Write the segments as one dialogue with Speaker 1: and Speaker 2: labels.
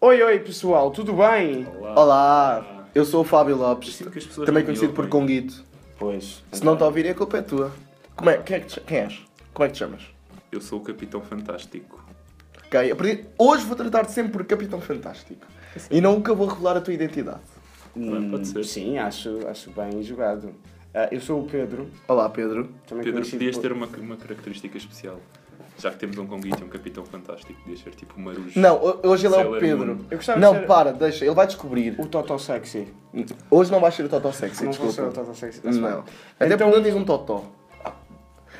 Speaker 1: Oi, oi pessoal, tudo bem?
Speaker 2: Olá.
Speaker 3: Olá, eu sou o Fábio Lopes,
Speaker 2: Sinto que as pessoas
Speaker 3: também
Speaker 2: não me
Speaker 3: conhecido por
Speaker 2: ouvem.
Speaker 3: Conguito.
Speaker 1: Pois.
Speaker 3: Se não te ouvir, a culpa é tua. Como é, quem, é que te, quem és? Como é que te chamas?
Speaker 2: Eu sou o Capitão Fantástico.
Speaker 3: Ok, a partir- hoje vou tratar-te sempre por Capitão Fantástico. E nunca vou revelar a tua identidade.
Speaker 1: Hum,
Speaker 2: Pode ser.
Speaker 1: Sim, acho, acho bem jogado. Ah, eu sou o Pedro,
Speaker 3: Olá, Pedro.
Speaker 1: também
Speaker 2: Pedro,
Speaker 1: conhecido
Speaker 2: podias
Speaker 1: por-
Speaker 2: ter uma, uma característica especial. Já que temos um conguito e um Capitão Fantástico, podias ser tipo um marujo.
Speaker 3: Não, ho- hoje ele é o
Speaker 2: Sailor
Speaker 3: Pedro.
Speaker 2: Moon.
Speaker 1: Eu gostava de
Speaker 3: Não,
Speaker 1: ser-
Speaker 3: para, deixa, ele vai descobrir.
Speaker 1: o Totó Sexy.
Speaker 3: Hoje não vais ser o Totó Sexy,
Speaker 1: não vou
Speaker 3: desculpa.
Speaker 1: ser o Totó Sexy. está-se
Speaker 3: Não.
Speaker 1: bem.
Speaker 3: Até
Speaker 1: Então-
Speaker 3: porque não diz um Totó.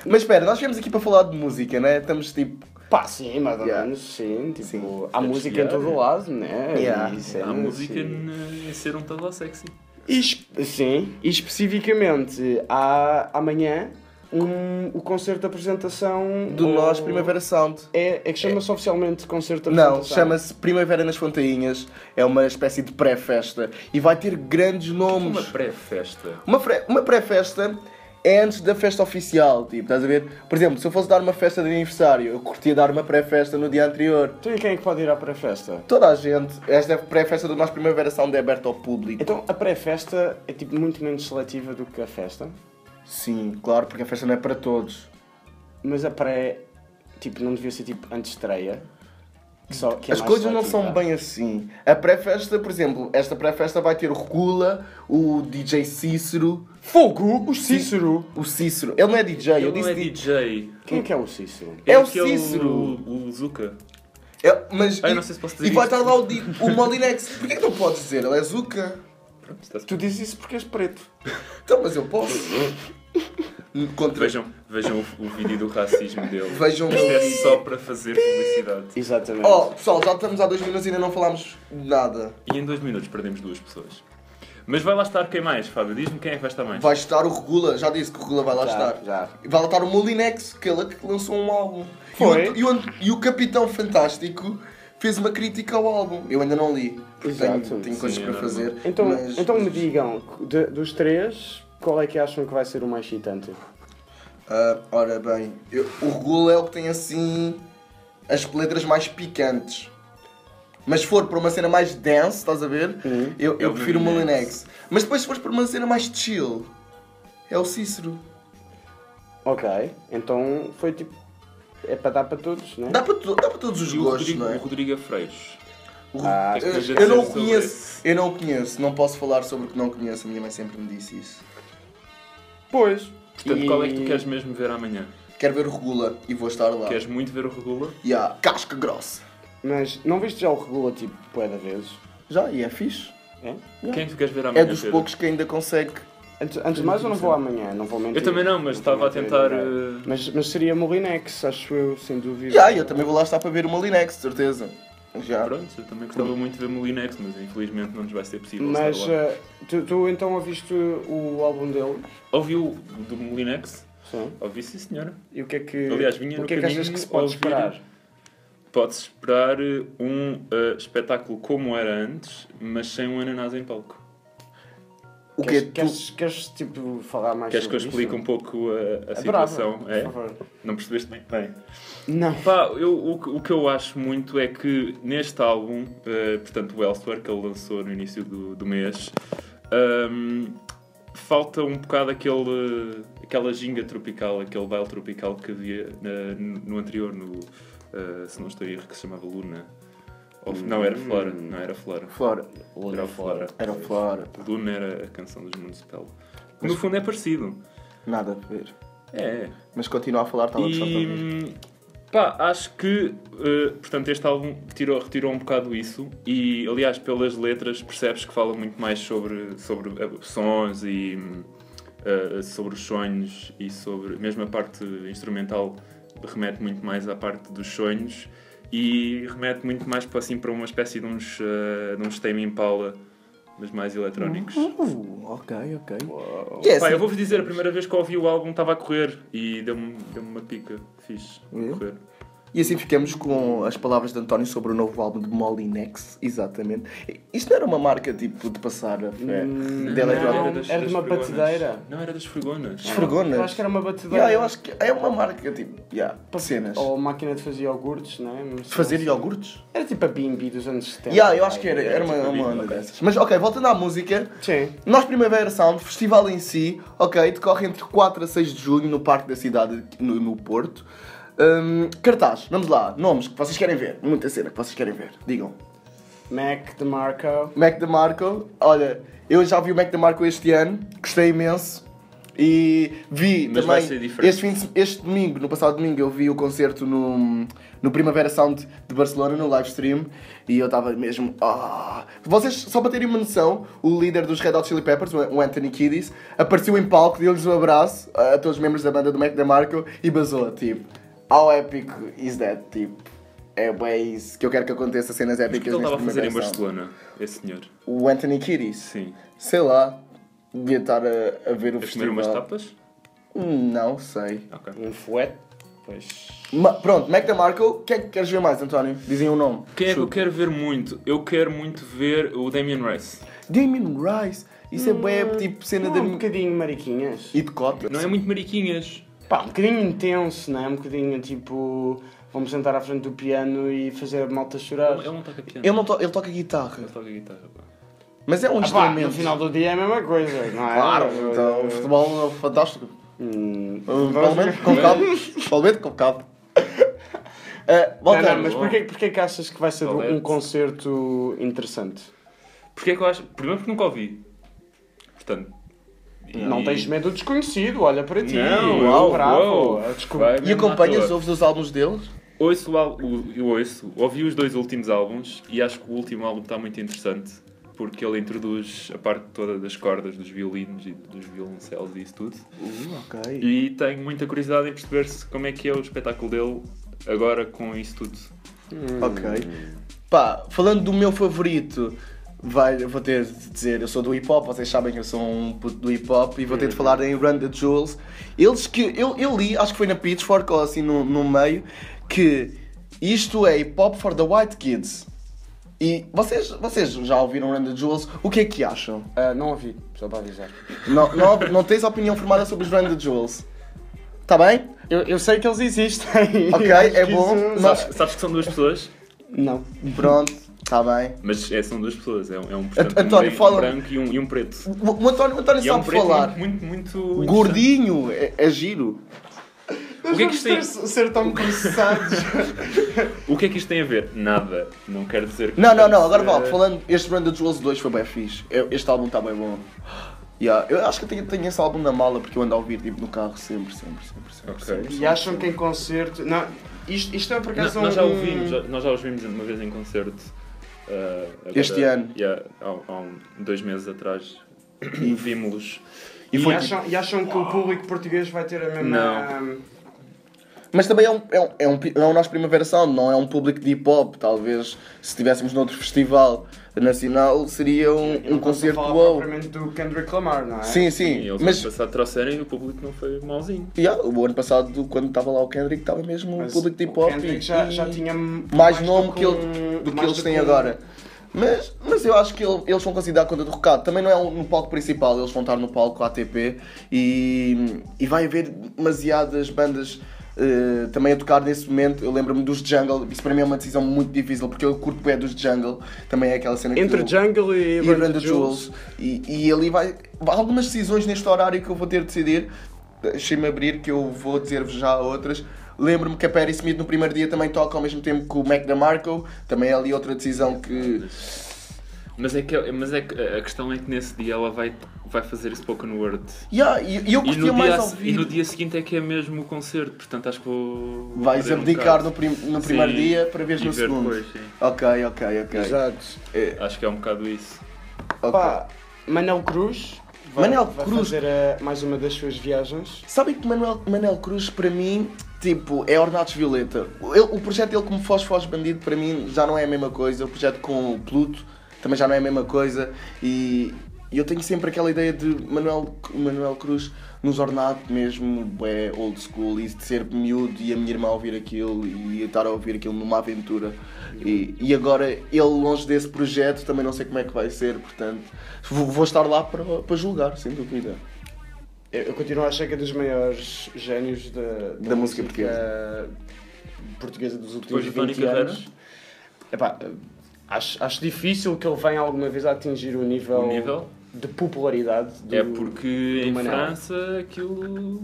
Speaker 3: Mas espera, nós viemos aqui para falar de música, né? Estamos tipo.
Speaker 1: Pá, sim, mais ou
Speaker 3: Yeah.
Speaker 1: menos, sim. Tipo,
Speaker 3: Sim.
Speaker 1: há música em
Speaker 2: Yeah.
Speaker 1: todo o lado, né?
Speaker 3: Yeah.
Speaker 1: E
Speaker 2: Há
Speaker 1: cenas,
Speaker 2: música
Speaker 1: e-
Speaker 2: n- em ser um tal sexy.
Speaker 1: E espe- sim, e especificamente há, amanhã um, o concerto de apresentação
Speaker 3: Do
Speaker 1: ou-
Speaker 3: Nós Primavera Sound.
Speaker 1: É, é que chama-se oficialmente concerto de
Speaker 3: Não,
Speaker 1: apresentação.
Speaker 3: chama-se Primavera nas Fontainhas. É uma espécie de pré-festa. E vai ter grandes
Speaker 1: é
Speaker 3: nomes.
Speaker 2: Uma pré-festa.
Speaker 3: Uma, fre- uma pré-festa é antes da festa oficial, tipo, estás a ver? Por exemplo, se eu fosse dar uma festa de aniversário, eu curtia dar uma pré-festa no dia anterior.
Speaker 1: Então e quem é que pode ir à pré-festa?
Speaker 3: Toda a gente, esta pré-festa do Nós Primavera Sound é aberta ao público.
Speaker 1: Então a pré-festa é tipo muito menos seletiva do que a festa,
Speaker 3: Sim, claro, porque a festa não é para todos.
Speaker 1: mas a pré tipo não devia ser tipo antestreia. Que só, que é
Speaker 3: As
Speaker 1: mais
Speaker 3: coisas não
Speaker 1: seletiva.
Speaker 3: são bem assim. A pré-festa, por exemplo, esta pré-festa vai ter o Regula, o DJ Cícero.
Speaker 1: Fogo! O Cícero!
Speaker 3: O Cícero, ele não é DJ, eu
Speaker 2: Ele não
Speaker 3: disse.
Speaker 2: é DJ.
Speaker 1: Quem é que é o Cícero?
Speaker 3: É o
Speaker 2: aquele-
Speaker 3: Cícero.
Speaker 2: O, o Zuka.
Speaker 3: É, mas
Speaker 2: Ah, eu
Speaker 3: e-
Speaker 2: não sei se posso
Speaker 3: E
Speaker 2: dizer
Speaker 3: vai
Speaker 2: isto.
Speaker 3: estar lá o, di- o Molinex. Porquê que não podes dizer? Ele é Zuka.
Speaker 2: Pronto, é está-se
Speaker 1: Tu dizes isso porque és preto.
Speaker 3: Então, mas eu posso. Contra...
Speaker 1: Hum.
Speaker 2: Vejam, vejam o, o vídeo do racismo dele.
Speaker 3: Vejam
Speaker 2: Isto é
Speaker 3: o-
Speaker 2: só para fazer publicidade.
Speaker 1: Exatamente.
Speaker 3: Oh, pessoal, já estamos há dois minutos e ainda não falámos de nada.
Speaker 2: E em dois minutos perdemos duas pessoas. Mas vai lá estar quem mais, Fábio? Diz-me quem é que vai estar mais.
Speaker 3: Vai estar o Regula, já disse que o Regula vai lá
Speaker 1: Já,
Speaker 3: estar.
Speaker 1: já.
Speaker 3: Vai lá estar o Molinex, que ele é que lançou um álbum. E
Speaker 1: Foi?
Speaker 3: o Ant- E o, Ant- e o Capitão Fantástico fez uma crítica ao álbum. Eu ainda não li. porque
Speaker 1: Exato,
Speaker 3: tenho, tenho
Speaker 1: sim,
Speaker 3: coisas
Speaker 2: é
Speaker 3: para
Speaker 2: normal.
Speaker 3: fazer.
Speaker 1: Então,
Speaker 3: mas-
Speaker 1: então me digam, de- dos três, qual é que acham que vai ser o mais excitante?
Speaker 3: Ah, ora bem, eu- o Regula é o que tem assim as letras mais picantes. Mas se for para uma cena mais dance, estás a ver?
Speaker 1: Uhum.
Speaker 3: Eu, eu
Speaker 2: É o
Speaker 3: prefiro o
Speaker 2: Molinex.
Speaker 3: Molinex. Mas depois se for para uma cena mais chill, é o Cícero.
Speaker 1: Ok, então foi tipo. É para dar para todos, né?
Speaker 3: Dá para, to- dá para todos os
Speaker 2: E o
Speaker 3: gostos,
Speaker 2: Rodrigo,
Speaker 3: não
Speaker 2: o
Speaker 3: é?
Speaker 2: Rodrigo Freios.
Speaker 3: O Ru-
Speaker 1: Ah,
Speaker 2: que é que tens a
Speaker 3: eu, eu não
Speaker 2: dizer
Speaker 3: o
Speaker 2: sobre
Speaker 3: conheço, eu não o conheço, não posso falar sobre o que não conheço, a minha mãe sempre me disse isso.
Speaker 1: Pois.
Speaker 2: Portanto, qual é que tu queres mesmo ver amanhã?
Speaker 3: Quero ver o Regula e vou estar
Speaker 1: Tá.
Speaker 3: lá.
Speaker 2: Queres muito ver o Regula?
Speaker 3: E há casca grossa.
Speaker 1: Mas não viste já o Regula tipo poeda vezes?
Speaker 3: Já, e é fixe.
Speaker 1: É?
Speaker 2: Quem é que tu queres ver amanhã?
Speaker 3: É dos
Speaker 2: Pedro?
Speaker 3: poucos que ainda consegue
Speaker 1: Antes, antes de mais eu não vou amanhã, não vou mentir.
Speaker 2: Eu também não, mas
Speaker 1: vou
Speaker 2: estava a
Speaker 1: mentir,
Speaker 2: tentar,
Speaker 1: não. é?
Speaker 2: eh,
Speaker 1: Mas, mas seria Molinex, acho eu, sem dúvida.
Speaker 3: Já, eu também vou lá estar para ver uma Linex, de certeza. Já.
Speaker 2: Pronto, eu também gostava muito de ver Molinex, mas infelizmente não nos vai ser possível.
Speaker 1: Então. Mas
Speaker 2: estar lá.
Speaker 1: eh, tu, tu então ouviste o álbum dele?
Speaker 2: Ouviu o do Molinex?
Speaker 1: Sim.
Speaker 2: Ouvi sim, senhora.
Speaker 1: E o que é que.
Speaker 2: Aliás, vinha
Speaker 1: o
Speaker 2: no
Speaker 1: que é que achas
Speaker 2: caminho
Speaker 1: que se pode
Speaker 2: ouvir-
Speaker 1: esperar?
Speaker 2: Podes esperar eh, um eh, espetáculo como era antes, mas sem um ananás em palco.
Speaker 3: O que é
Speaker 1: queres,
Speaker 3: tu?
Speaker 1: queres, queres, tipo falar mais
Speaker 2: Queres que
Speaker 1: sobre
Speaker 2: eu explique um
Speaker 1: isso?
Speaker 2: pouco a, a
Speaker 1: Adorava,
Speaker 2: situação?
Speaker 1: por
Speaker 2: É?
Speaker 1: favor.
Speaker 2: Não percebeste bem? Bem.
Speaker 1: Não.
Speaker 2: Pá, eu, o, que- o que eu acho muito é que neste álbum, eh, portanto, o Elsewhere, que ele lançou no início do, do mês, ahm, falta um bocado aquele, aquela ginga tropical, aquele baile tropical que havia na- no anterior, no, eh, se não estou a erro, que se chamava Luna. Ou- não, era Flora. Não, era Flora.
Speaker 3: Flora.
Speaker 2: Era Flora.
Speaker 3: Era Flora. pá.
Speaker 2: Luna era a canção dos Municipal. No fundo é parecido.
Speaker 3: Nada a ver.
Speaker 2: É, é.
Speaker 3: Mas continua a falar, estava só para ver.
Speaker 2: E pá, acho que eh, portanto este álbum tirou, retirou um bocado isso e aliás pelas letras percebes que fala muito mais sobre, sobre eh, sons e hum, eh, sobre os sonhos e sobre mesmo a parte instrumental remete muito mais à parte dos sonhos e remete muito mais para assim para uma espécie de uns eh, de uns Tame Impala mas mais eletrónicos.
Speaker 3: Uh, ok, ok.
Speaker 1: Uau.
Speaker 3: E é
Speaker 2: Pá,
Speaker 3: assim-
Speaker 2: eu vou-vos dizer, a primeira vez que ouvi o álbum estava a correr e deu-me deu uma pica fixe. a
Speaker 3: Viu?
Speaker 2: correr.
Speaker 3: E assim ficamos com as palavras de António sobre o novo álbum de Molinex, exatamente. Isto não era uma marca tipo de passar a fé de
Speaker 1: Hum, não.
Speaker 3: eletro-
Speaker 1: é das- era de uma
Speaker 2: fregonas.
Speaker 1: batedeira.
Speaker 2: Não, era das fregonas.
Speaker 3: As Fregonas.
Speaker 1: Eu acho que era uma batedeira.
Speaker 3: Yeah, eu acho que é uma marca tipo, yeah, para cenas.
Speaker 1: Ou máquina de fazer iogurtes, não é? Mas-
Speaker 3: De fazer iogurtes?
Speaker 1: Era tipo a Bimbi dos anos 70.
Speaker 3: Yeah, eu acho que era, era uma,
Speaker 1: um
Speaker 2: tipo
Speaker 3: uma onda
Speaker 2: ok.
Speaker 3: dessas. Mas ok, voltando à música.
Speaker 1: Sim.
Speaker 3: Nós Primavera Sound, festival em si, ok, decorre entre 4 a 6 de junho no Parque da Cidade, no, no Porto. Hum, cartaz, vamos lá, nomes que vocês querem ver, muita cena que vocês querem ver, digam.
Speaker 1: Mac DeMarco.
Speaker 3: Mac DeMarco, olha, eu já vi o Mac DeMarco este ano, gostei imenso e vi
Speaker 2: Mas vai ser
Speaker 3: também
Speaker 2: diferente.
Speaker 3: este, fim de se- este domingo, no passado domingo eu vi o concerto no, no Primavera Sound de Barcelona, no live stream e eu estava mesmo... ah. Vocês, só para terem uma noção, o líder dos Red Hot Chili Peppers, o Anthony Kiedis, apareceu em palco, deu-lhes um abraço a todos os membros da banda do Mac DeMarco e basou, tipo, how epic is that, tipo... É bem isso que eu quero que aconteça, cenas
Speaker 2: Mas o que
Speaker 3: épicas
Speaker 1: é
Speaker 2: ele estava a
Speaker 3: neste
Speaker 2: fazer em
Speaker 3: Primavera Sound.
Speaker 2: Barcelona, esse senhor?
Speaker 3: O Anthony Kiedis?
Speaker 2: Sim.
Speaker 3: Sei lá. Devia estar a, a ver o
Speaker 2: A comer
Speaker 3: festival.
Speaker 2: umas tapas?
Speaker 3: Hum, Não sei.
Speaker 2: Ok.
Speaker 1: Um fuete. Pois.
Speaker 3: Ma pronto, Mac DeMarco, o que é que queres ver mais, António? Dizem o nome.
Speaker 2: Quem é que eu
Speaker 3: Chute.
Speaker 2: quero ver muito? Eu quero muito ver o Damien Rice.
Speaker 3: Damien Rice. Isso é bem tipo cena
Speaker 1: Não,
Speaker 3: da...
Speaker 1: um bocadinho mariquinhas.
Speaker 3: E de cota.
Speaker 2: Não é muito mariquinhas.
Speaker 1: Pá, um bocadinho intenso, não é? Um bocadinho tipo. Vamos sentar à frente do piano e fazer a malta chorar. Ah,
Speaker 2: Ele não toca piano.
Speaker 3: Ele, não to ele toca guitarra.
Speaker 2: Ele toca guitarra. pá.
Speaker 3: Mas é um
Speaker 1: Ah, pá,
Speaker 3: instrumento.
Speaker 1: no final do dia é a mesma coisa, não é?
Speaker 3: Claro,
Speaker 1: Eu-
Speaker 3: então, o futebol é fantástico.
Speaker 1: Hum,
Speaker 3: Uh,
Speaker 1: vamos-
Speaker 3: Provavelmente com cabo. Provavelmente com cabo.
Speaker 1: Não,
Speaker 3: Uh,
Speaker 1: não,
Speaker 3: voltando.
Speaker 1: mas porquê, porquê que achas que vai ser um
Speaker 2: Valente.
Speaker 1: concerto interessante?
Speaker 2: Porquê é que eu acho? Primeiro porque nunca ouvi. Portanto. e-
Speaker 1: Não tens medo do desconhecido, olha para ti.
Speaker 2: Não,
Speaker 1: Uau,
Speaker 2: uau,
Speaker 1: bravo.
Speaker 2: uau.
Speaker 1: Desculpa.
Speaker 2: Vai
Speaker 3: E
Speaker 2: mesmo à
Speaker 3: acompanhas,
Speaker 2: toa.
Speaker 3: ouves os álbuns deles?
Speaker 2: Ouço, o al- o- eu ouço, ouvi os dois últimos álbuns e acho que o último álbum está muito interessante porque ele introduz a parte toda das cordas, dos violinos e dos violoncelos e isso tudo.
Speaker 1: Hum,
Speaker 3: Uh, ok.
Speaker 2: E tenho muita curiosidade em perceber se como é que é o espetáculo dele agora com isso tudo.
Speaker 3: Ok. Pá, falando do meu favorito, vai, vou ter de dizer, eu sou do hip hop, vocês sabem que eu sou um puto do hip hop e vou ter de falar em Run the Jewels. Eles que. Eu, eu li, acho que foi na Pitchfork ou assim no, no meio, que isto é hip hop for the white kids. E vocês, vocês já ouviram Run the Jewels? O que é que acham?
Speaker 1: Ah, não ouvi, só para avisar.
Speaker 3: Não, não, não tens opinião formada sobre os Run the Jewels? Tá bem?
Speaker 1: Eu, eu sei que eles existem.
Speaker 3: Ok,
Speaker 1: Eu acho
Speaker 3: é
Speaker 1: que
Speaker 3: bom.
Speaker 1: isso-
Speaker 3: Nós-
Speaker 2: Sabes, sabes que são duas pessoas?
Speaker 1: Não.
Speaker 3: Pronto, tá bem.
Speaker 2: Mas é, são duas pessoas, é, um- é um, portanto, um
Speaker 3: António,
Speaker 2: bran- um,
Speaker 3: fala-
Speaker 2: branco e um, e um preto.
Speaker 3: O, o António, o António
Speaker 2: E um é um
Speaker 3: sabe
Speaker 2: preto
Speaker 3: falar.
Speaker 2: muito, muito, muito
Speaker 3: Gordinho, é, é giro.
Speaker 2: O que é que isto tem-
Speaker 1: ser tão processados.
Speaker 2: interessante. O que é que isto tem a ver? Nada. Não quero dizer que.
Speaker 3: Não, não, não, agora
Speaker 2: Eh,
Speaker 3: volta. Falando, este Brand of Jewels 2 foi bem fixe. Eu- Este álbum está bem bom. Yeah, eu acho que eu tenho, tenho esse álbum na mala porque eu ando a ouvir tipo, no carro sempre, sempre, sempre. sempre,
Speaker 2: Ok.
Speaker 3: sempre,
Speaker 1: E acham que em concerto. Não, isto, isto é por acaso
Speaker 2: Não, nós já
Speaker 1: um-
Speaker 2: ouvimos, já- nós já os vimos uma vez em concerto. eh, agora-
Speaker 3: Este ano.
Speaker 2: Yeah, há, há um- dois meses atrás. E vimos-los.
Speaker 1: E,
Speaker 3: foi- tipo-
Speaker 1: acham, e acham que o público português vai ter a mesma.
Speaker 2: Não.
Speaker 3: Mas também é um, é, um, é, um, pi- é um nosso Primavera Sound, não é um público de hip hop. Talvez se estivéssemos noutro festival nacional seria um, um
Speaker 1: Eu não
Speaker 3: concerto
Speaker 1: posso falar
Speaker 3: wow.
Speaker 1: propriamente do Kendrick Lamar, não é?
Speaker 3: Sim,
Speaker 2: E
Speaker 3: sim,
Speaker 2: eles
Speaker 3: mas
Speaker 2: ano passado trouxeram e o público não foi mauzinho.
Speaker 3: yeah, o ano passado, quando estava lá o Kendrick, estava mesmo um
Speaker 1: Mas
Speaker 3: público de hip
Speaker 1: o
Speaker 3: hop.
Speaker 1: Kendrick
Speaker 3: e-
Speaker 1: já,
Speaker 3: e-
Speaker 1: já tinha
Speaker 3: mais
Speaker 1: do
Speaker 3: nome que ele-
Speaker 1: um-
Speaker 3: do que
Speaker 1: mais
Speaker 3: eles têm
Speaker 1: um-
Speaker 3: agora. Mas, mas eu acho que ele- eles vão conseguir dar conta do recado. Também não é um- no palco principal, eles vão estar no palco ATP e, e vai haver demasiadas bandas eh, também a tocar nesse momento. Eu lembro-me dos Jungle, isso para mim é uma decisão muito difícil porque eu curto bem dos Jungle, também é aquela cena que
Speaker 1: Entre
Speaker 3: eu-
Speaker 1: Jungle e,
Speaker 3: e Brenda Jules. E, e ali vai. Há algumas decisões neste horário que eu vou ter de decidir. Deixem-me abrir que eu vou dizer-vos já outras. Lembro-me que a Perry Smith no primeiro dia também toca ao mesmo tempo que o Mac DeMarco. Também é ali outra decisão que.
Speaker 2: Mas é que, mas é que a questão é que nesse dia ela vai, vai fazer spoken word.
Speaker 3: Yeah, e, e eu
Speaker 2: E no,
Speaker 3: curtia mais
Speaker 2: dia, a-
Speaker 3: ouvir.
Speaker 2: e no dia seguinte é que é mesmo o concerto, portanto acho que vou. vou
Speaker 3: Vais
Speaker 2: perder um
Speaker 3: abdicar
Speaker 2: bocado.
Speaker 3: no, prim- no primeiro
Speaker 2: Sim,
Speaker 3: dia para veres
Speaker 2: e
Speaker 3: no
Speaker 2: ver
Speaker 3: segundo.
Speaker 2: depois, sim.
Speaker 3: Ok, ok, ok.
Speaker 1: Exato.
Speaker 3: É,
Speaker 2: Acho que é um bocado isso.
Speaker 3: ok.
Speaker 1: Pá, Manel Cruz. Vai,
Speaker 3: Manel
Speaker 1: vai
Speaker 3: Cruz.
Speaker 1: fazer eh, mais uma das suas viagens.
Speaker 3: Sabem que Manuel, Manel Cruz, para mim, tipo, é Ornatos Violeta. Ele- o projeto dele como Foz Foz Bandido, para mim, já não é a mesma coisa. O projeto com o Pluto também já não é a mesma coisa. E eu tenho sempre aquela ideia de Manuel, Manuel Cruz nos ornato mesmo, bué old school, e de ser miúdo e a minha irmã ouvir aquilo e estar a ouvir aquilo numa aventura. E, e agora ele longe desse projeto também não sei como é que vai ser, portanto vou, vou estar lá para, para julgar, sem dúvida.
Speaker 1: Eu, eu continuo a achar que é dos maiores génios da,
Speaker 3: Da música
Speaker 1: portuguesa dos últimos
Speaker 2: Depois do Tony
Speaker 1: 20
Speaker 2: Carreira.
Speaker 1: anos. Epá, acho, acho difícil que ele venha alguma vez a atingir o nível,
Speaker 2: O nível?
Speaker 1: de popularidade do...
Speaker 2: é porque
Speaker 1: do
Speaker 2: em
Speaker 1: Manel.
Speaker 2: França aquilo.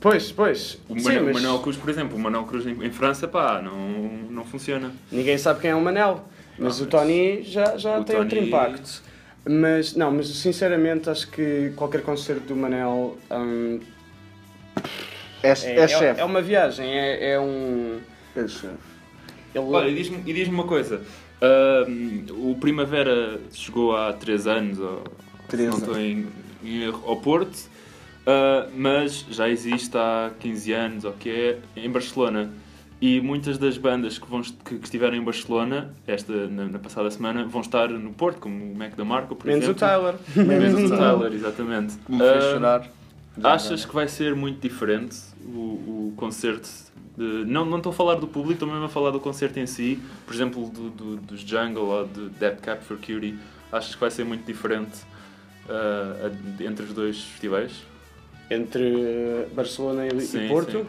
Speaker 1: Pois, pois.
Speaker 2: O
Speaker 1: Sim,
Speaker 2: Manel,
Speaker 1: mas
Speaker 2: Manuel Cruz, por exemplo, o Manuel Cruz em, em França, pá, não, não funciona.
Speaker 1: Ninguém sabe quem é o Manel. Mas
Speaker 2: Ah,
Speaker 1: o
Speaker 2: mas
Speaker 1: Tony já, já
Speaker 2: O
Speaker 1: tem outro
Speaker 2: Tony-
Speaker 1: impacto. Mas, não, mas sinceramente acho que qualquer concerto do Manel hum,
Speaker 3: É, é,
Speaker 1: é, é,
Speaker 3: chefe.
Speaker 1: é uma viagem, é, é um...
Speaker 3: É chefe.
Speaker 1: Ele...
Speaker 2: Olha, e diz-me e diz-me uma coisa. Ahm, o Primavera chegou há 3 anos, ou, se
Speaker 3: Três
Speaker 2: não estou em, em erro, ao Porto, ah, mas já existe há 15 anos, ou que é, em Barcelona. E muitas das bandas que, vão, est- que, que estiveram em Barcelona, esta, na, na passada semana, vão estar no Porto, como o Mac da Marco, por
Speaker 1: menos o
Speaker 2: exemplo.
Speaker 1: Tyler.
Speaker 2: Menos o Tyler, exatamente.
Speaker 3: Que me fez
Speaker 2: Ah,
Speaker 3: chorar.
Speaker 2: Achas que vai ser muito diferente o, o concerto? de- não não estou a falar do público, estou mesmo a falar do concerto em si. Por exemplo, do, do- dos Jungle ou de Dead Cap for Cutie. Achas que vai ser muito diferente ah, a- entre os dois festivais?
Speaker 1: entre eh, Barcelona e, e
Speaker 2: Sim,
Speaker 1: Porto.
Speaker 2: sim.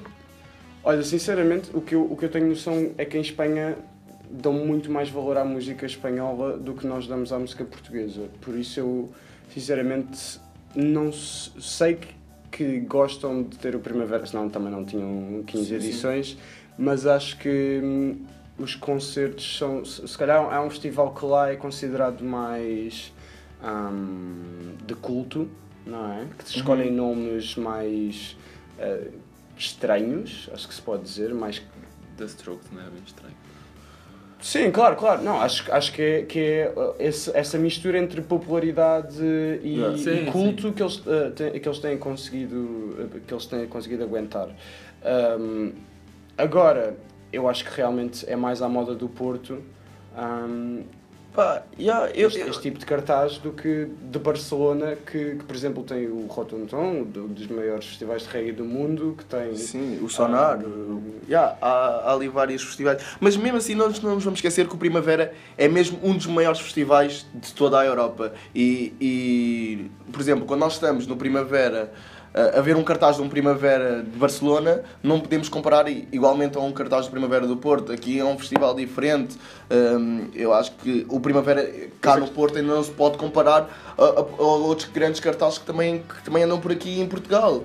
Speaker 1: Olha, sinceramente, o que, eu, o que eu tenho noção é que em Espanha dão muito mais valor à música espanhola do que nós damos à música portuguesa. Por isso eu, sinceramente, não s- sei que, que gostam de ter o Primavera, senão também não tinham 15
Speaker 3: Sim, sim.
Speaker 1: edições, mas acho que hum, os concertos são... Se se calhar é um festival que lá é considerado mais hum, de culto, não é? Que se
Speaker 3: Uhum.
Speaker 1: escolhem nomes mais eh, estranhos, acho que se pode dizer, mais...
Speaker 2: The Strokes, não é? Bem estranho.
Speaker 1: Sim, claro, claro. Não, acho, acho que é, que é eh, esse- essa mistura entre popularidade e,
Speaker 3: Yeah.
Speaker 1: e
Speaker 2: Sim,
Speaker 1: culto que eles, eh, têm, que eles têm conseguido eh, que eles têm conseguido aguentar. Ahm, agora, eu acho que realmente é mais à moda do Porto. ahm,
Speaker 3: Pá, yeah, eu,
Speaker 1: este, este tipo de cartaz do que de Barcelona, que, que, por exemplo tem o Rotom Tom, do- dos maiores festivais de reggae do mundo, que tem.
Speaker 3: Sim, o Sonar.
Speaker 1: Ah,
Speaker 3: o- yeah, há, há ali vários festivais. Mas mesmo assim, nós não nos vamos esquecer que o Primavera é mesmo um dos maiores festivais de toda a Europa. E, e, por exemplo, quando nós estamos no Primavera. ah, A ver um cartaz de um Primavera de Barcelona, não podemos comparar i- igualmente a um cartaz de Primavera do Porto. Aqui é um festival diferente. Hum, eu acho que o Primavera cá no Porto ainda não se pode comparar a, a- a outros grandes cartazes que também, que também andam por aqui em Portugal.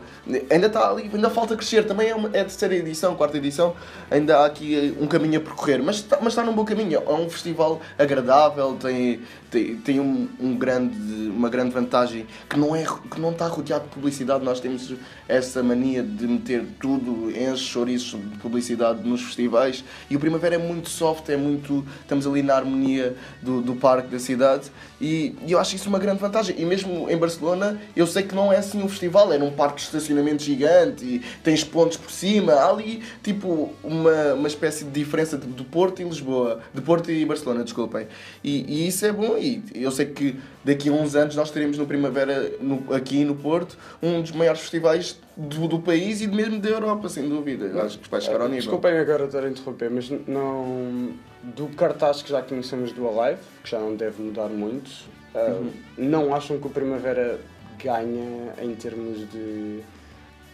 Speaker 3: Ainda está ali, ainda falta crescer. Também é, uma, é a terceira edição, quarta edição. Ainda há aqui eh, um caminho a percorrer, mas está, mas está num bom caminho. É um festival agradável, tem, tem, tem um, um grande, uma grande vantagem que não, é, que não está rodeado de publicidade. Nós temos essa mania de meter tudo, enche chouriços de publicidade nos festivais. E o Primavera é muito soft, é muito. Estamos ali na harmonia do, do parque, da cidade. E, e eu acho isso uma grande vantagem. E mesmo em Barcelona, eu sei que não é assim um festival, é num parque de estacionamento gigante e tens pontos por cima. Há ali, tipo, uma, uma espécie de diferença de, de Porto e Lisboa. De Porto e Barcelona, desculpem. E, e isso é bom. E eu sei que daqui a uns anos nós teremos no Primavera, no- aqui no Porto, um dos maiores festivais do, do país e mesmo da Europa, sem dúvida. Eu Acho que vai chegar ao nível.
Speaker 1: Eh, Desculpem agora estar a interromper, mas n- não. Do cartaz que já conhecemos do Alive, que já não deve mudar muito, ah,
Speaker 3: Uhum.
Speaker 1: não acham que o Primavera ganha em termos de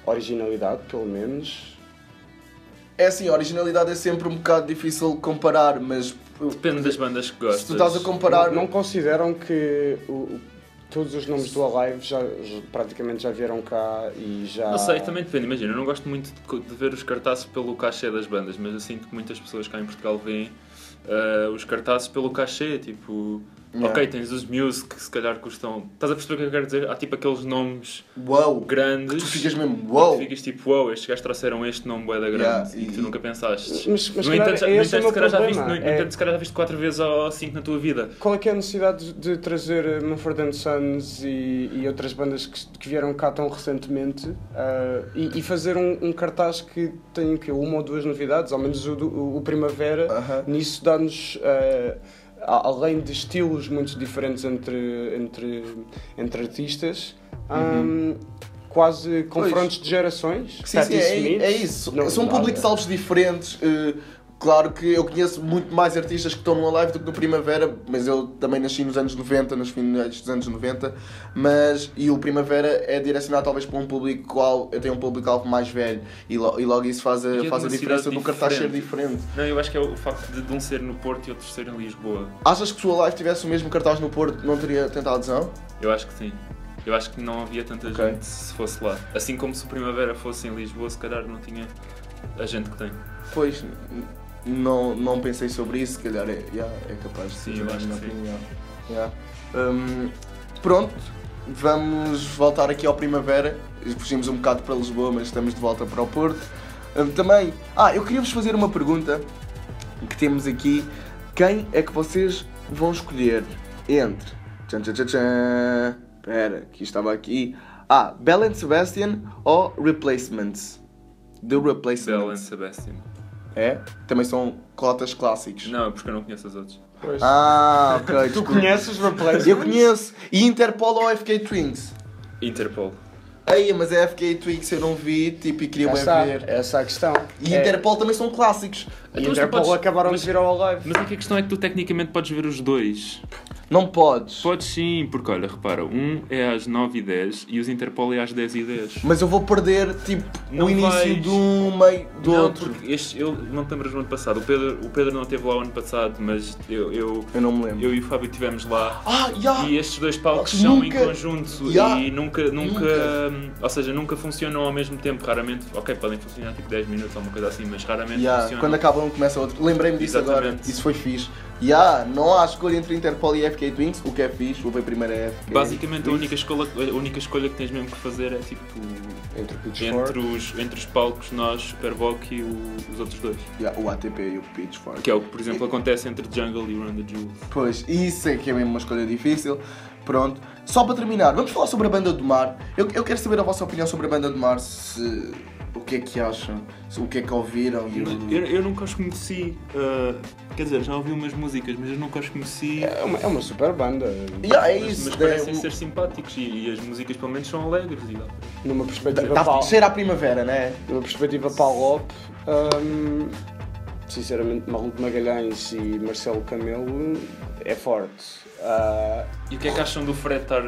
Speaker 1: originalidade, pelo menos?
Speaker 3: É assim, a originalidade é sempre um bocado difícil de comparar, mas.
Speaker 2: Depende das bandas que gostas.
Speaker 3: Se tu estás a comparar.
Speaker 1: Não, não consideram que o- o- todos os nomes do Alive já, já- praticamente já vieram cá e já.
Speaker 2: Não sei, também depende. Imagina, eu não gosto muito de, co- de ver os cartazes pelo cachê das bandas, mas eu sinto que muitas pessoas cá em Portugal veem ah, os cartazes pelo cachê, tipo...
Speaker 3: Yeah.
Speaker 2: Ok, tens os Muse que se calhar custam... Estás a perceber o que eu quero dizer? Há tipo aqueles nomes
Speaker 3: Uau!
Speaker 2: grandes...
Speaker 3: Tu ficas mesmo, uau!
Speaker 2: Tu ficas tipo, uau, estes gajos trouxeram este nome bué da grande
Speaker 3: Yeah,
Speaker 2: e que tu
Speaker 3: e-
Speaker 2: nunca pensaste.
Speaker 1: Mas- mas
Speaker 2: no
Speaker 1: se calhar
Speaker 2: entanto,
Speaker 1: é
Speaker 2: no
Speaker 1: esse o
Speaker 2: entanto,
Speaker 1: meu
Speaker 2: se calhar já viste,
Speaker 1: problema,
Speaker 2: no,
Speaker 1: é-
Speaker 2: entanto, se calhar já viste 4 vezes ou 5 na tua vida.
Speaker 1: Qual é que é a necessidade de trazer eh, Mumford and Sons e, e outras bandas que, que vieram cá tão recentemente ah, e, e fazer um, um cartaz que tem que uma ou duas novidades, ao menos o, do- o- o Primavera,
Speaker 3: Aham.
Speaker 1: nisso dá-nos, ah, a- além de
Speaker 3: Uhum.
Speaker 1: estilos muito diferentes entre, entre, entre artistas, ah, quase confrontos de gerações.
Speaker 3: Sim, sim,
Speaker 1: 30
Speaker 3: é,
Speaker 1: Smith.
Speaker 3: é isso.
Speaker 1: Não,
Speaker 3: São
Speaker 1: nada.
Speaker 3: públicos-alvos diferentes. eh, claro que eu conheço muito mais artistas que estão no Alive do que no Primavera, mas eu também nasci nos anos 90, nos finais dos anos 90. Mas, e o Primavera é direcionado talvez para um público qual eu tenho um público-alvo mais velho. E, lo- e logo isso faz
Speaker 2: E é
Speaker 3: a,
Speaker 2: de
Speaker 3: faz a
Speaker 2: uma
Speaker 3: diferença
Speaker 2: cidade
Speaker 3: do cartaz ser
Speaker 2: diferente.
Speaker 3: diferente.
Speaker 2: Não, eu acho que é o facto de, de um ser no Porto e outro ser em Lisboa.
Speaker 3: Achas que se o Alive tivesse o mesmo cartaz no Porto, não teria tanta adesão?
Speaker 2: Eu acho que sim. Eu acho que não havia tanta
Speaker 3: Ok.
Speaker 2: gente se fosse lá. Assim como se o Primavera fosse em Lisboa, se calhar não tinha a gente que tem.
Speaker 3: Pois, n- não, não pensei sobre isso, se calhar é, yeah, é capaz de
Speaker 2: Sim,
Speaker 3: ser
Speaker 2: eu
Speaker 3: a
Speaker 2: acho
Speaker 3: minha
Speaker 2: que sim.
Speaker 3: opinião. Yeah. Hum, pronto, vamos voltar aqui ao Primavera. Fugimos um bocado para Lisboa, mas estamos de volta para o Porto. Hum, também, ah, eu queria vos fazer uma pergunta que temos aqui. Quem é que vocês vão escolher entre... Tchan, tchan, tchan, tchan. Espera, que estava aqui. Ah, Bell and Sebastian ou Replacements? The Replacements.
Speaker 2: Bell and Sebastian.
Speaker 3: É? Também são cotas clássicos.
Speaker 2: Não, é porque eu não conheço as outras.
Speaker 1: Pois.
Speaker 3: Ah, ok.
Speaker 1: tu
Speaker 3: desculpa.
Speaker 1: conheces os Replacements?
Speaker 3: Eu conheço. E Interpol ou FK Twins?
Speaker 2: Interpol.
Speaker 3: Ei, mas a FK Twins eu não vi, tipo, e queria
Speaker 1: Lá
Speaker 3: bem
Speaker 1: está,
Speaker 3: ver.
Speaker 1: essa é a questão.
Speaker 3: E
Speaker 1: É,
Speaker 3: Interpol também são clássicos.
Speaker 1: e
Speaker 2: Então, mas
Speaker 1: Interpol
Speaker 2: tu podes-
Speaker 1: acabaram
Speaker 2: mas-
Speaker 1: de vir ao live.
Speaker 2: Mas é que a questão é que tu tecnicamente podes ver os dois.
Speaker 3: Não podes.
Speaker 2: Podes sim, porque olha, repara, um é às 9h10 e os Interpol é às 10h10.
Speaker 3: Mas eu vou perder, tipo,
Speaker 2: Não
Speaker 3: o início
Speaker 2: vais.
Speaker 3: de um, meio do
Speaker 2: não,
Speaker 3: outro.
Speaker 2: porque este, eu não te lembras do ano passado. O Pedro, o Pedro não esteve lá o ano passado, mas eu, eu,
Speaker 3: Eu não me lembro.
Speaker 2: eu e o Fábio estivemos lá.
Speaker 3: Ah, já!
Speaker 2: E estes dois palcos são em
Speaker 3: Nunca-
Speaker 2: conjunto
Speaker 3: Yeah.
Speaker 2: e nunca, nunca,
Speaker 3: Nunca.
Speaker 2: hum, ou seja, nunca funcionam ao mesmo tempo. Raramente, ok, podem funcionar tipo 10 minutos ou uma coisa assim, mas raramente
Speaker 3: Ya,
Speaker 2: funcionam.
Speaker 3: Quando acaba um começa outro. Lembrei-me disso agora.
Speaker 2: Exatamente.
Speaker 3: Isso foi fixe. Ya, não há escolha entre Interpol e FK Twins, o que é fixe, o bem primeiro é FK.
Speaker 2: Basicamente, a
Speaker 3: Twins.
Speaker 2: única, escolha, a única escolha que tens mesmo que fazer é tipo
Speaker 1: Entre o Pitchfork.
Speaker 2: entre os, entre os palcos, nós, Superbock e o- os outros dois.
Speaker 3: Ya, o ATP e o Pitchfork.
Speaker 2: Que é o que, por exemplo, acontece entre Jungle e Run the Jewels.
Speaker 3: Pois, isso é que é mesmo uma escolha difícil. Pronto, só para terminar, vamos falar sobre a banda do mar. Eu, eu quero saber a vossa opinião sobre a banda do mar, se o que é que acham, se, o que é que ouviram e o-
Speaker 2: Eu, eu nunca os conheci, ah, quer dizer, já ouvi umas músicas, mas eu nunca os conheci.
Speaker 1: É uma, é uma super banda.
Speaker 3: Ya, é
Speaker 2: Mas,
Speaker 3: isso,
Speaker 2: mas
Speaker 3: né?
Speaker 2: parecem ser simpáticos e, e as músicas pelo menos são alegres. E dá.
Speaker 1: Numa
Speaker 2: um
Speaker 1: perspectiva
Speaker 3: Tá
Speaker 1: pau.
Speaker 3: cheira à primavera, né?
Speaker 1: Numa perspectiva pau-op. hum, sinceramente, Maluco Magalhães e Marcelo Camelo é forte. Ah,
Speaker 2: E o que é que acham do Fred estar.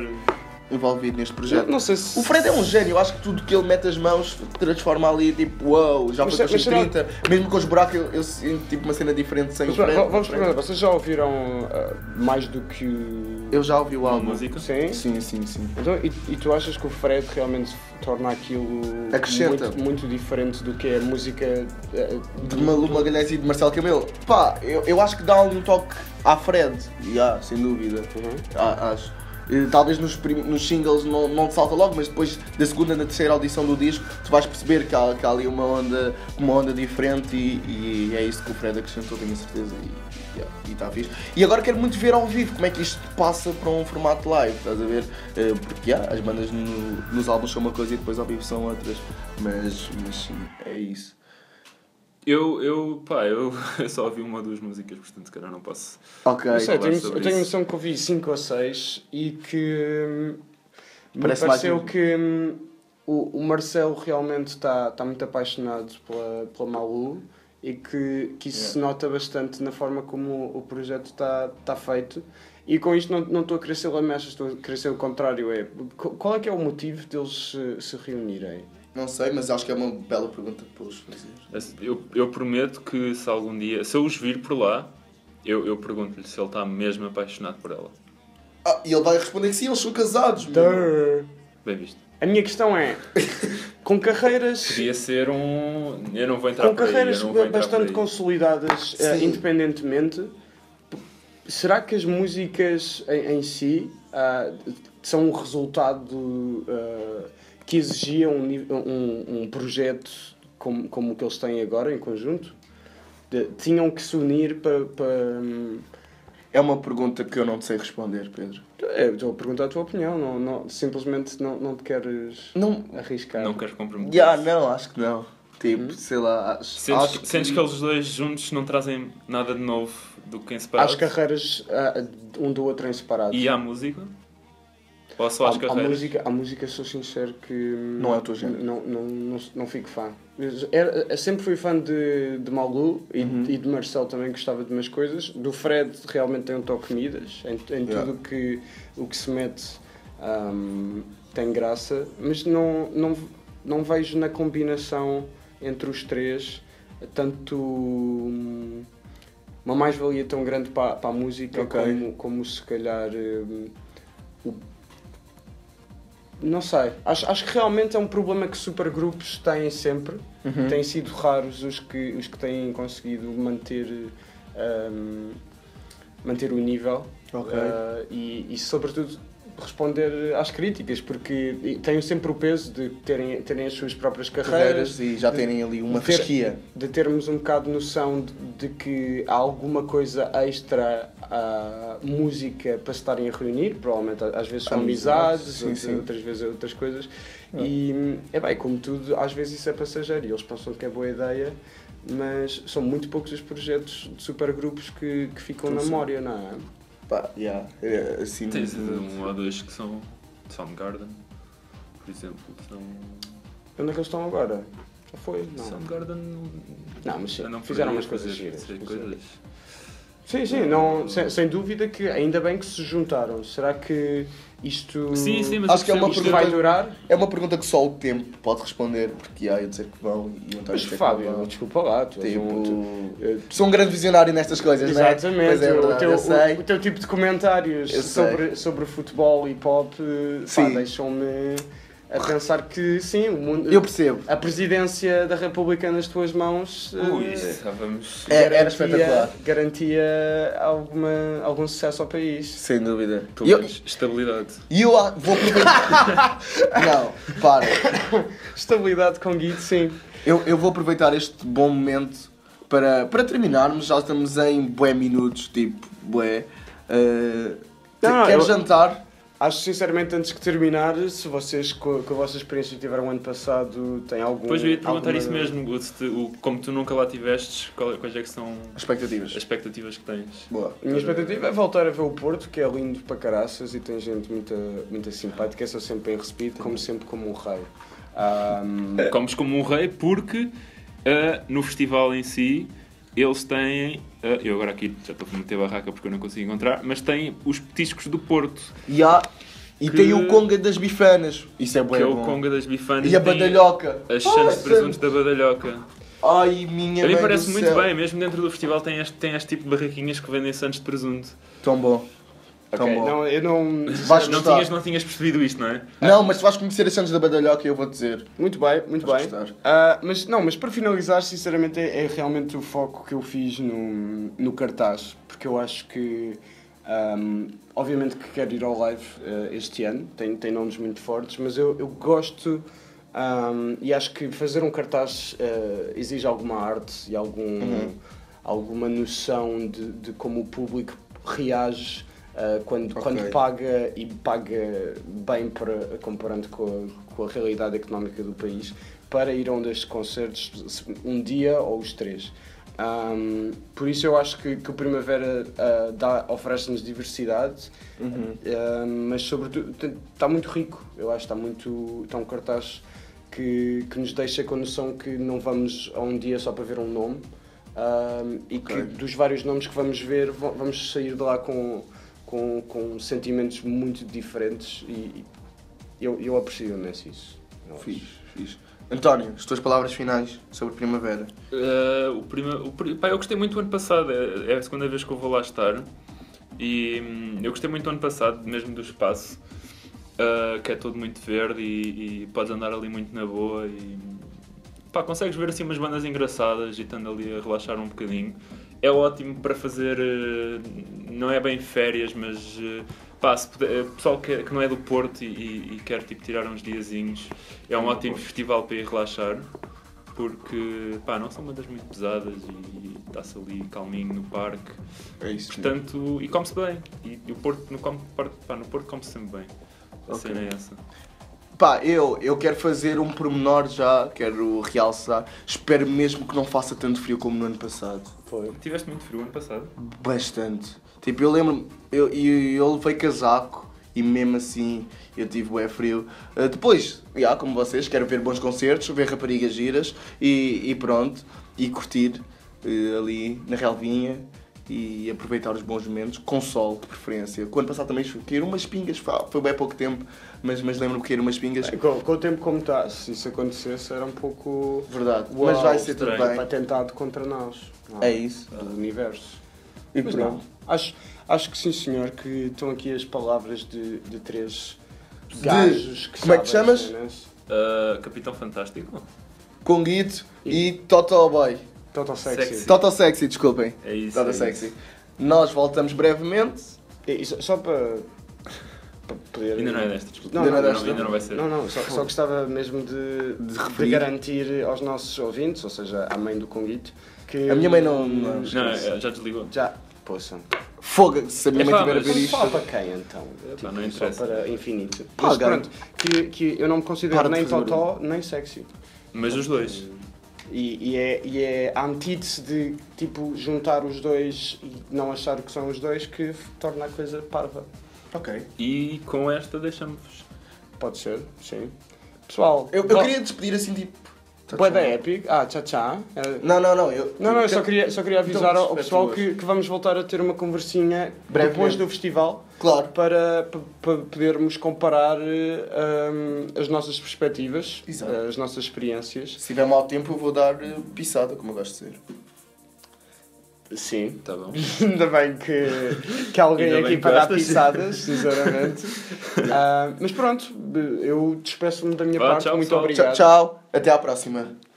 Speaker 3: Envolvido neste projeto.
Speaker 1: não, não sei se.
Speaker 3: O Fred é um gênio, eu acho que tudo que ele mete as mãos transforma ali, tipo, uau, já
Speaker 1: Mas
Speaker 3: foi com
Speaker 1: se-
Speaker 3: os
Speaker 1: mas
Speaker 3: 30, mesmo com os buracos eu, eu sinto tipo uma cena diferente sem
Speaker 1: Mas,
Speaker 3: o Fred.
Speaker 1: vamos- vamos
Speaker 3: Fred-
Speaker 1: perguntar, vocês já ouviram ah, mais do que o.
Speaker 3: Eu já ouvi o
Speaker 2: Uma
Speaker 3: álbum.
Speaker 2: música?
Speaker 1: Sim?
Speaker 3: Sim, sim, sim.
Speaker 1: Então, e, e tu achas que o Fred realmente torna aquilo
Speaker 3: Acrescenta.
Speaker 1: muito, muito diferente do que é a música eh,
Speaker 3: de Malu Magalhães e de Marcelo Camelo. Pá, eu, eu acho que dá um toque à Fred. Ya, sem dúvida.
Speaker 1: Uhum.
Speaker 3: Ah, acho. Eh, Talvez nos, prim- nos singles não, não te salta logo, mas depois da segunda na terceira audição do disco, tu vais perceber que há, que há ali uma onda, uma onda diferente e, e é isso que o Fred acrescentou, tenho a certeza, e está e tá fixe. E agora quero muito ver ao vivo como é que isto passa para um formato live, estás a ver? Eh, Porque ya, as bandas no- nos álbuns são uma coisa e depois ao vivo são outras, mas, mas sim, é isso.
Speaker 2: Eu, eu, pá, eu só ouvi uma ou duas músicas, portanto, se calhar não posso.
Speaker 3: Ok.
Speaker 1: Não sei, eu
Speaker 2: falar
Speaker 1: tenho,
Speaker 2: sobre
Speaker 1: eu tenho
Speaker 2: isso.
Speaker 1: noção que ouvi 5 ou 6 e que hum, me
Speaker 3: Parece mais
Speaker 1: pareceu
Speaker 3: um.
Speaker 1: que hum, o, o Marcelo realmente está está muito apaixonado pela, pela Malu e que, que isso se nota bastante na forma como o, o projeto está está feito. E com isto não não estou a querer ser lamechas, estou a querer ser o contrário. É, qu- qual é que é o motivo deles se, se reunirem?
Speaker 3: Não sei, mas acho que é uma bela pergunta para eles fazer.
Speaker 2: Eu, eu prometo que se algum dia, se eu os vir por lá, eu, eu pergunto-lhe se ele está mesmo apaixonado por ela.
Speaker 3: Ah, e ele vai responder que sim, eles são casados. meu.
Speaker 2: Ah.
Speaker 1: Durr.
Speaker 2: Bem visto.
Speaker 1: A minha questão é, com carreiras...
Speaker 2: Podia ser um. Eu não vou entrar
Speaker 1: com
Speaker 2: por aí, eu
Speaker 1: carreiras
Speaker 2: não vou
Speaker 1: ba-
Speaker 2: entrar por
Speaker 1: bastante
Speaker 2: aí.
Speaker 1: consolidadas eh,
Speaker 3: Sim.
Speaker 1: independentemente, p- será que as músicas em, em si ah, são o resultado ah, que exigia um, ni- um, um projeto como, como o que eles têm agora em conjunto? De- tinham que se unir para.
Speaker 3: É uma pergunta que eu não te sei responder, Pedro.
Speaker 1: eh, estou a perguntar a tua opinião, não, não- simplesmente não, não te queres
Speaker 3: Não.
Speaker 1: arriscar.
Speaker 2: Não queres comprometer.
Speaker 3: Já, não, acho que não. Tipo, sei lá, acho,
Speaker 2: Sentes,
Speaker 3: acho
Speaker 2: que, sentes que eles dois juntos não trazem nada de novo do que em separado?
Speaker 1: As carreiras ah, um do outro em separado.
Speaker 2: E há música? Ou só é às
Speaker 1: Há- há,
Speaker 2: carreiras?
Speaker 1: música, há música, sou sincero, que.
Speaker 3: Não é o teu género.
Speaker 1: Não, não, não, não fico fã. Era- eu sempre fui fã de, de Malu e,
Speaker 3: Uhum.
Speaker 1: e de Marcel também gostava de umas coisas. Do Fred realmente tem um toque Midas, em, em
Speaker 3: Yeah.
Speaker 1: tudo que, o que se mete ahm, tem graça, mas não, não, não vejo na combinação entre os três tanto hum, uma mais-valia tão grande para, para a música
Speaker 3: Ok.
Speaker 1: como, como se calhar hum, o- não sei, acho, acho que realmente é um problema que supergrupos têm sempre.
Speaker 3: Uhum.
Speaker 1: Têm sido raros os que, os que têm conseguido manter, hum, manter o nível
Speaker 3: Ok.
Speaker 1: Uh, e, e, sobretudo, responder às críticas, porque e- têm sempre o peso de terem, terem as suas próprias carreiras,
Speaker 3: Carreiras e já terem ali uma
Speaker 1: Ter-
Speaker 3: fasquia.
Speaker 1: de termos um bocado noção de, de que há alguma coisa extra à música para se estarem a reunir, provavelmente a- às vezes são
Speaker 3: Amizades,
Speaker 1: amizades, outras,
Speaker 3: sim, sim.
Speaker 1: outras vezes é outras coisas. E é bem, como tudo, às vezes isso é passageiro e eles pensam que é boa ideia. Mas são muito poucos os projetos de supergrupos que, que ficam
Speaker 3: Então,
Speaker 1: na
Speaker 3: sim.
Speaker 1: memória, não é?
Speaker 3: Pá, yeah, é, assim.
Speaker 2: Tens um ou dois que são de Soundgarden, por exemplo, que são...
Speaker 1: Onde é que eles estão agora? Já Foi? Não.
Speaker 2: Soundgarden...
Speaker 1: Não, mas
Speaker 2: andam por
Speaker 1: fizeram
Speaker 2: aí a
Speaker 1: umas coisas
Speaker 2: fazer-
Speaker 1: giras,
Speaker 2: fazer
Speaker 1: por exemplo.
Speaker 2: coisas.
Speaker 1: Sim, sim, não, sem, sem dúvida que ainda bem que se juntaram. Será que isto,
Speaker 2: Sim, sim, mas
Speaker 3: Acho que é
Speaker 2: eu
Speaker 3: uma
Speaker 1: isto
Speaker 2: percebo-
Speaker 3: pergunta-
Speaker 1: vai durar?
Speaker 3: É uma pergunta que só o tempo pode responder, porque há eu dizer que vão e o António
Speaker 1: Mas
Speaker 3: dizer que não
Speaker 1: Fábio,
Speaker 3: vão.
Speaker 1: desculpa lá, tu és um- tu-
Speaker 3: é Tipo,
Speaker 1: eh,
Speaker 3: sou um grande visionário nestas coisas, não é? Pois
Speaker 1: Exatamente,
Speaker 3: é,
Speaker 1: o,
Speaker 3: verdade,
Speaker 1: teu,
Speaker 3: eu sei.
Speaker 1: o- o teu tipo de comentários
Speaker 3: Eu sei.
Speaker 1: sobre, sobre futebol e pop eh, pá,
Speaker 3: Sim.
Speaker 1: deixam-me a pensar que sim, o mundo,
Speaker 3: Eu percebo.
Speaker 1: a presidência da República nas tuas mãos. eh,
Speaker 2: Ui, estávamos...
Speaker 3: É. era espetacular.
Speaker 1: Garantia alguma, algum sucesso ao país.
Speaker 3: Sem dúvida.
Speaker 2: Pelo
Speaker 3: E eu,
Speaker 2: menos estabilidade.
Speaker 3: e eu a- vou aproveitar. não, para.
Speaker 1: Estabilidade com Guido, sim.
Speaker 3: Eu, eu vou aproveitar este bom momento para, para terminarmos. Já estamos em bué minutos, tipo, bué. Uh,
Speaker 1: Não,
Speaker 3: quero
Speaker 1: eu-
Speaker 3: jantar.
Speaker 1: Acho sinceramente, antes que terminar, se vocês co- com a vossa experiência que tiveram ano passado, têm algum.
Speaker 2: Depois eu ia te perguntar
Speaker 1: alguma-
Speaker 2: isso mesmo, o- se te- o- como tu nunca lá tivestes, qual- quais é que são as
Speaker 3: Expectativas.
Speaker 2: expectativas que tens?
Speaker 3: Boa.
Speaker 1: A minha expectativa é voltar a ver o Porto, que é lindo para caraças e tem gente muito, muito simpática, sou sempre bem recebido, como sempre, como um rei. Ahm,
Speaker 2: Comes como um rei porque ah, no festival em si eles têm. ah, eu agora aqui já estou a meter barraca porque eu não consigo encontrar, mas têm os petiscos do Porto,
Speaker 3: E há. E
Speaker 2: Que-
Speaker 3: tem o Conga das Bifanas. Isso é bué
Speaker 2: que é
Speaker 3: bom.
Speaker 2: o Conga das Bifanas.
Speaker 3: E a
Speaker 2: tem
Speaker 3: Badalhoca.
Speaker 2: As chances de
Speaker 3: Ai,
Speaker 2: presuntos da Badalhoca.
Speaker 3: Ai, minha
Speaker 2: A mim
Speaker 3: mãe
Speaker 2: parece
Speaker 3: do
Speaker 2: muito
Speaker 3: céu.
Speaker 2: bem, mesmo dentro do festival tem este, tem este tipo de barraquinhas que vendem sandes de presunto.
Speaker 3: Tão bom. Tão
Speaker 1: ok,
Speaker 3: bom. Não,
Speaker 1: não, eu não.
Speaker 3: Vais
Speaker 2: não,
Speaker 3: gostar.
Speaker 2: tinhas, não tinhas percebido isto, não é?
Speaker 3: mas tu vais conhecer as Santos da Badalhoca e eu vou dizer.
Speaker 1: Muito bem, muito
Speaker 3: Vais
Speaker 1: bem.
Speaker 3: gostar.
Speaker 1: Ah, mas não, mas para finalizar, sinceramente, é, é realmente o foco que eu fiz no, no cartaz, porque eu acho que ahm, obviamente que quero ir ao live ah, este ano, tem, tem nomes muito fortes, mas eu, eu gosto ahm, e acho que fazer um cartaz ah, exige alguma arte e algum,
Speaker 3: Uhum.
Speaker 1: alguma noção de, de como o público reage. ah, quando,
Speaker 3: Ok.
Speaker 1: quando paga e paga bem para, comparando com a, com a realidade económica do país para ir a um destes concertos se- um dia ou os três. Ahm, por isso eu acho que, que o Primavera ah, dá- oferece-nos diversidade, Uhum. ahm, Ah, mas sobretudo tem- está muito rico, eu acho que está muito. está um cartaz que, que nos deixa com a noção que não vamos a um dia só para ver um nome ahm, e
Speaker 3: Ok.
Speaker 1: que dos vários nomes que vamos ver vo- vamos sair de lá com, com, com sentimentos muito diferentes e, e eu, eu aprecio imenso isso. eu acho.
Speaker 3: Fiz, fiz. António, as tuas palavras finais sobre primavera.
Speaker 2: Uh, o prima, o, pri- pá, eu gostei muito do ano passado, é, é a segunda vez que eu vou lá estar. E hum, eu gostei muito do ano passado, mesmo do espaço, uh, que é todo muito verde e, e podes andar ali muito na boa. E pá, consegues ver assim umas bandas engraçadas e estando ali a relaxar um bocadinho. É ótimo para fazer, uh, não é bem férias, mas uh, pá, se puder- pessoal que, que não é do Porto e, e- e quer tipo, tirar uns diazinhos, é um ótimo festival para ir relaxar porque pá, não são bandas muito pesadas e está-se ali calminho no parque.
Speaker 3: É isso.
Speaker 2: Portanto, e come-se bem. E, e o Porto, no, come, Porto- pá, no Porto come-se sempre bem. A
Speaker 3: Ok.
Speaker 2: cena é essa.
Speaker 3: Pá, eu, eu quero fazer um pormenor já, quero realçar. Espero mesmo que não faça tanto frio como no ano passado.
Speaker 1: Foi.
Speaker 2: Tiveste muito frio ano passado.
Speaker 3: Bastante. Tipo, eu lembro-me, eu, eu, eu levei casaco e mesmo assim eu tive bué frio. Uh, depois, já, como vocês, quero ver bons concertos, ver raparigas giras e, e pronto, e curtir uh, ali na relvinha e aproveitar os bons momentos, com sol de preferência. Quando passado também querer umas pingas, fa- foi bem pouco tempo, mas, mas lembro-me que era umas pingas.
Speaker 1: É, Com, com o tempo como está, se isso acontecesse era um pouco
Speaker 3: Verdade,
Speaker 1: Uau,
Speaker 3: mas vai ser tudo
Speaker 2: estranho.
Speaker 1: para
Speaker 3: bem.
Speaker 1: atentado contra nós. não
Speaker 3: É isso.
Speaker 1: Do universo.
Speaker 3: E
Speaker 1: Mas
Speaker 3: pronto.
Speaker 1: não, Acho, acho que sim, senhor, que estão aqui as palavras de, de três
Speaker 3: De-
Speaker 1: gajos que
Speaker 3: como é que te
Speaker 1: sabem
Speaker 3: chamas?
Speaker 1: cenas.
Speaker 2: Ah, Capitão Fantástico?
Speaker 3: Conguito e Total Boy.
Speaker 1: Total sexy.
Speaker 2: Sexy.
Speaker 3: Total Sexy, desculpem.
Speaker 2: É isso.
Speaker 3: Total
Speaker 2: é
Speaker 3: Sexy.
Speaker 2: isso.
Speaker 3: Nós voltamos brevemente.
Speaker 1: E- e só, só para, para poder...
Speaker 2: Ainda não é desta, desculpa.
Speaker 1: Não, não,
Speaker 2: ainda,
Speaker 1: não,
Speaker 2: não, ainda não vai ser.
Speaker 1: Não, não, só, só gostava mesmo de,
Speaker 3: De
Speaker 1: de
Speaker 3: referir.
Speaker 1: garantir aos nossos ouvintes, ou seja, à mãe do Conguito, que...
Speaker 3: A minha mãe não- não-
Speaker 2: Não, é, já desligou.
Speaker 1: Já, poçam.
Speaker 3: Foga, se a minha
Speaker 2: É
Speaker 3: mãe
Speaker 2: pá,
Speaker 3: estiver a
Speaker 2: mas-
Speaker 3: ver
Speaker 1: Mas
Speaker 3: isto.
Speaker 1: só para quem então? Tipo,
Speaker 2: não
Speaker 1: só
Speaker 2: interessa.
Speaker 1: para infinito.
Speaker 3: Pá,
Speaker 1: Mas
Speaker 3: cara.
Speaker 1: pronto, que, que eu não me considero
Speaker 3: Para de
Speaker 1: nem
Speaker 3: fazer
Speaker 1: totó, nem sexy.
Speaker 2: Mas os dois.
Speaker 1: E, e é, e é a antítese de tipo juntar os dois e não achar que são os dois que f- torna a coisa parva.
Speaker 3: Ok.
Speaker 2: E com esta deixamos-vos.
Speaker 1: Pode ser, sim. Pessoal,
Speaker 3: Eu, eu queria despedir assim, tipo.
Speaker 2: Tá
Speaker 1: Boa da Epic. Ah, tchau, tchau. É-
Speaker 3: Não, não, não. Eu,
Speaker 1: Não, não, eu só queria, só queria
Speaker 3: Então,
Speaker 1: avisar ao ao
Speaker 3: respeito
Speaker 1: pessoal
Speaker 3: hoje.
Speaker 1: que, que vamos voltar a ter uma conversinha
Speaker 3: Brevemente.
Speaker 1: depois do festival
Speaker 3: Claro.
Speaker 1: para, pa- pa- podermos comparar eh, hum, as nossas perspectivas,
Speaker 3: Exato.
Speaker 1: eh, as nossas experiências.
Speaker 3: Se tiver mau tempo, eu vou dar eh, pisada, como eu gosto de dizer.
Speaker 1: Sim.
Speaker 2: Tá bom.
Speaker 1: Ainda bem que, que alguém é
Speaker 2: Ainda
Speaker 1: aqui
Speaker 2: bem que
Speaker 1: para dar
Speaker 2: gostas.
Speaker 1: pisadas, sinceramente. Ah, mas pronto, eu despeço-me da minha
Speaker 2: Vá,
Speaker 1: parte.
Speaker 2: tchau,
Speaker 1: Muito
Speaker 2: pessoal.
Speaker 1: obrigado.
Speaker 3: Tchau, tchau. Até à próxima.